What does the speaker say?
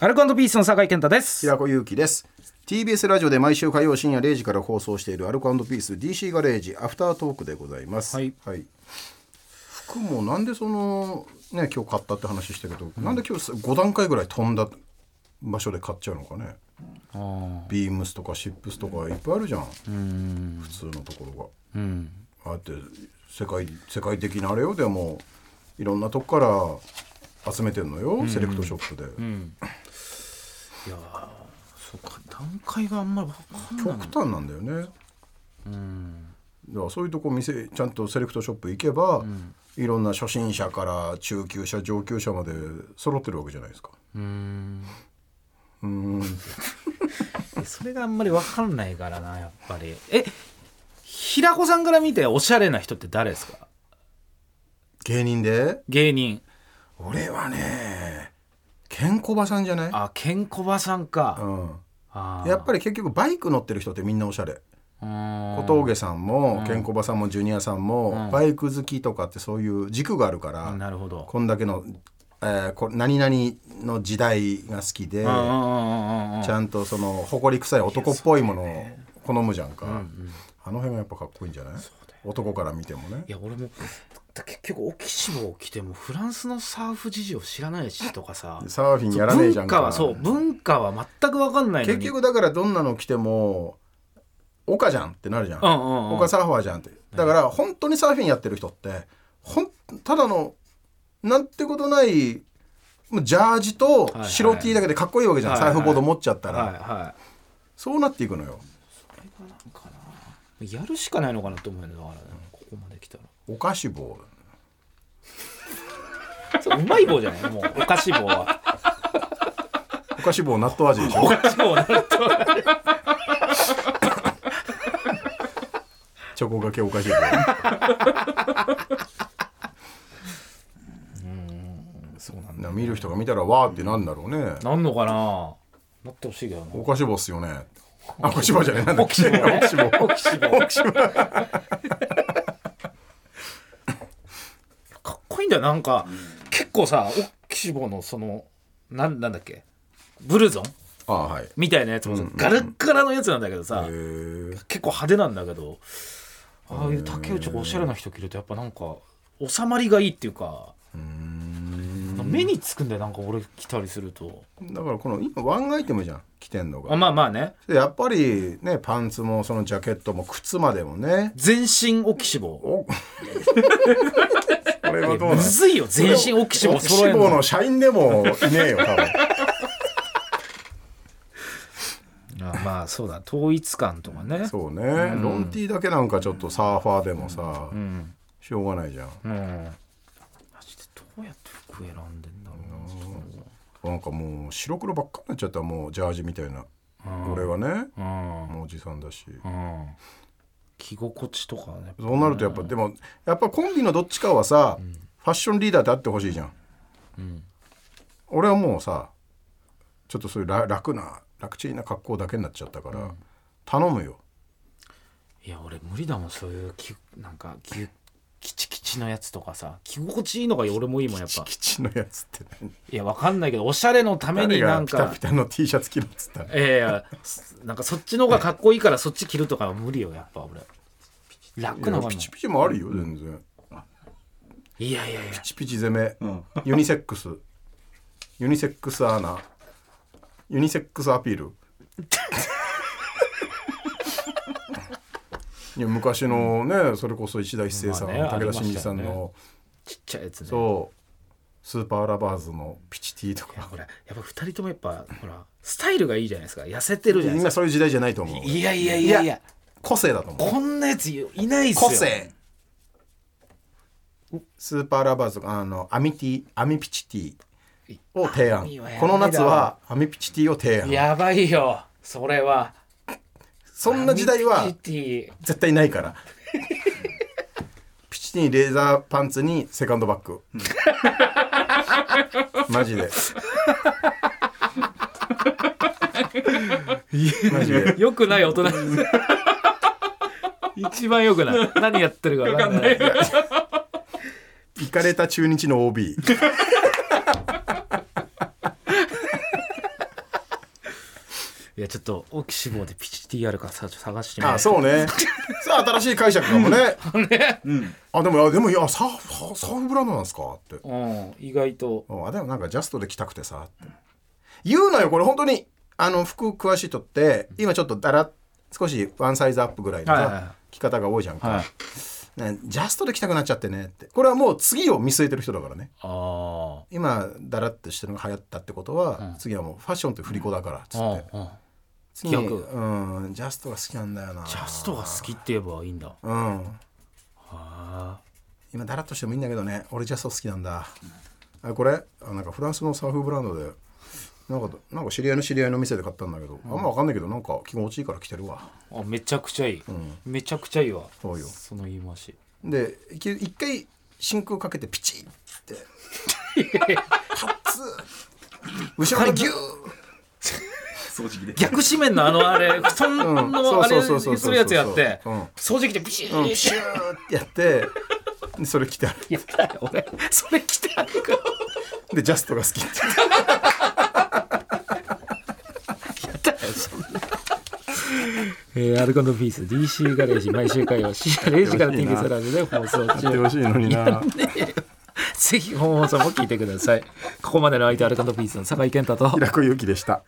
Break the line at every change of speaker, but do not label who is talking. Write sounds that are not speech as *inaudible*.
アルコピースの酒井健太です。
平子祐希です TBS ラジオで毎週火曜深夜0時から放送しているアルコピース DC ガレージアフタートークでございます
はい
服もなんでそのね今日買ったって話したけど、なんで今日5段階ぐらい飛んだ場所で買っちゃうのかねビームスとかシップスとかいっぱいあるじゃん普通のところが、ああやって世界世界的なあれよでもいろんなとこから集めてんのよ、セレクトショップで、
そうか、段階があんまりわかんない。
極端なんだよね、だからそういうとこ店ちゃんとセレクトショップ行けば、いろんな初心者から中級者上級者まで揃ってるわけじゃないですか
それがあんまりわかんないからな、やっぱり。え、平子さんから見ておしゃれな人って誰ですか
芸人で
芸人。
俺はねケンコバさんじゃない、
あ、ケンコバさん
う
か。
ん、
あ
やっぱり結局バイク乗ってる人ってみんなおしゃれ
あ。
小峠さんもケンコバさんもジュニアさんもバイク好きとかってそういう軸があるか
う
ら
んなるほど。
こんだけの、えーこ何々の時代が好きで
うんうんうんうんうん
ちゃんとその誇り臭い男っぽいものを好むじゃんか、あの辺がやっぱかっこいいんじゃない男から見てもね
いや、俺も、結局、オキシボを着ても、フランスのサーフ事情知らないしとかさ。
サーフィンやらねえじゃん
文化は、そう、文化は全くわかんないの
結
に。
局だからどんなの着ても岡じゃんってなるじゃん、
うんうんうん
岡サーファーじゃんってだから本当にサーフィンやってる人ってほんただのなんてことないもうジャージと
はい
白 T だけでかっこいいわけじゃん、
はいはい
サーフボード持っちゃったら、
はいはい。
そうなっていくのよ
かなやるしかないのかなと思うよねだからねここまで来たら
お菓子棒
そううまい棒じゃないもうお菓子棒は
お菓子棒納豆味でしょ
*laughs* お菓子棒なんと
チョコがけおかしいそうなんだ見る人が見たらわーってなんだろうね
なんのかななってほしいけどな
おかしぼっ
*laughs*
すよねあおかしぼじゃねえなんだ
おきしぼねおきしぼかっこいいんだよなんか結構さおきしぼのそのなんなんだっけブルゾン
あはいへ
みたいなやつもさガラッガラのやつなんだけどさ
え
結構派手なんだけどああいう竹内がおしゃれな人着るとやっぱなんか収まりがいいっていうか目につくんだよなんか俺着たりすると
だからこの今ワンアイテムじゃん着てんの
あ
が
まあまあね
でやっぱりねパンツもそのジャケットも靴までもね
全身オキシボ
お *laughs* これはどうな
む
の
ずいよ全身オキシボ
オキ
揃
シ
える
ボ
の
の社員でもいねえよ多分
*laughs* あまあそうだ統一感とかね
そうね、ロン T だけなんかちょっとサーファーでもさ、しょうがないじゃん、
うんマジでどうやって服選んでんだろ
なんかもう白黒ばっかになっちゃったもうジャージみたいな、俺はね
うな
もうおじさんだし、
うんうん着心地とかね
そうなるとやっぱ、でもやっぱコンビのどっちかはさ、ファッションリーダーであってほしいじゃん、俺はもうさちょっとそういうら楽な楽ちんな格好だけになっちゃったから、頼むよ
いや俺無理だもんそういうきなんかきキチキチのやつとかさ着心地いいのが俺もいいもんやっぱ
キチのやつって何
いやわかんないけどおしゃれのため
誰
にな
が
ん
ピタ
か
ピタの T シャツ着るっつったの
いやいやすなんかそっちの方がかっこいいからそっち着るとかは無理よやっぱ俺楽なの
い
が
や
い
ピチピチもあるよ全然、
いやいやいや
ピチピチ攻め、ユニセックスユニセックスアーナユニセックスアピ
*laughs*
ールいや昔のねそれこそ石田一生さん、
まあね
武田真治さんの、
ありましたよちっちゃいやつね
そうスーパーラバーズのピチティとか
ほらやっぱ二人ともやっぱほらスタイルがいいじゃないですか痩せてるじゃないで
今
す
そういう時代じゃないと思う
かいやいやいやい
い
や
個性だと思う
こんなやついいないっすよ
個性スーパーラバーズとかあのアミティアミピチティを提案
網はやらないだろ
この夏はアミピチティを提案
やばいよそれは
そんな時代は
ミキティ
絶対ないからピチティにレーザーパンツにセカンドバッグマジでマジで
よくない大人です *laughs* 一番よくない何やってるか分かんない
行かれた中日の OB
ちょっと大き志望でピチ TR かさ探してみ
あそうねさあ新しい解釈か *laughs* もね、あでもあでもいやサーフサーフブランドなんですかって
う、うん、意外と
うんあでもなんかジャストで着たくてさって言うのよこれ本当にあの服詳しい人って今ちょっとだら少しワンサイズアップぐらいの
はいはいはい
さ着方が多いじゃんか、
はい
ねジャストで着たくなっちゃってねってこれはもう次を見据えてる人だからね
あ
今だらっとしてるのが流行ったってことは、次はもうファッションって振り子だからっつ
あ
って、
ああ
次に
逆
うんジャストが好きなんだよな
ジャストが好きって言えばいいんだ
うん
あ
今だらっとしてもいいんだけどね俺ジャスト好きなんだ、あこれあなんかフランスのサーフブランドでなんかなんか知り合いの知り合いの店で買ったんだけど、あんま分かんないけどなんか気持ちいいから着てるわ
あめちゃくちゃいい、めちゃくちゃいいわ
そうよ
その言い回し
でいき一回真空かけてピチッってパッツー後ろにギュー
掃除機で
逆紙面のあのあ *laughs* れ布団のあれ
そうそうそうそうそう
するやつやって
うん
掃除機でビシ
う
ッ
んシューってやってでそれ着てある
やったよ俺それ着てあるから
でジャストが好きって
えー、アルコピース DC ガレージ毎週火曜深夜0時から TBS ラジオで放送中
ほしいのにな
ぜひ本放送も聞いてくださいここまでの相手アルコピースの酒井健太と
平子祐希でした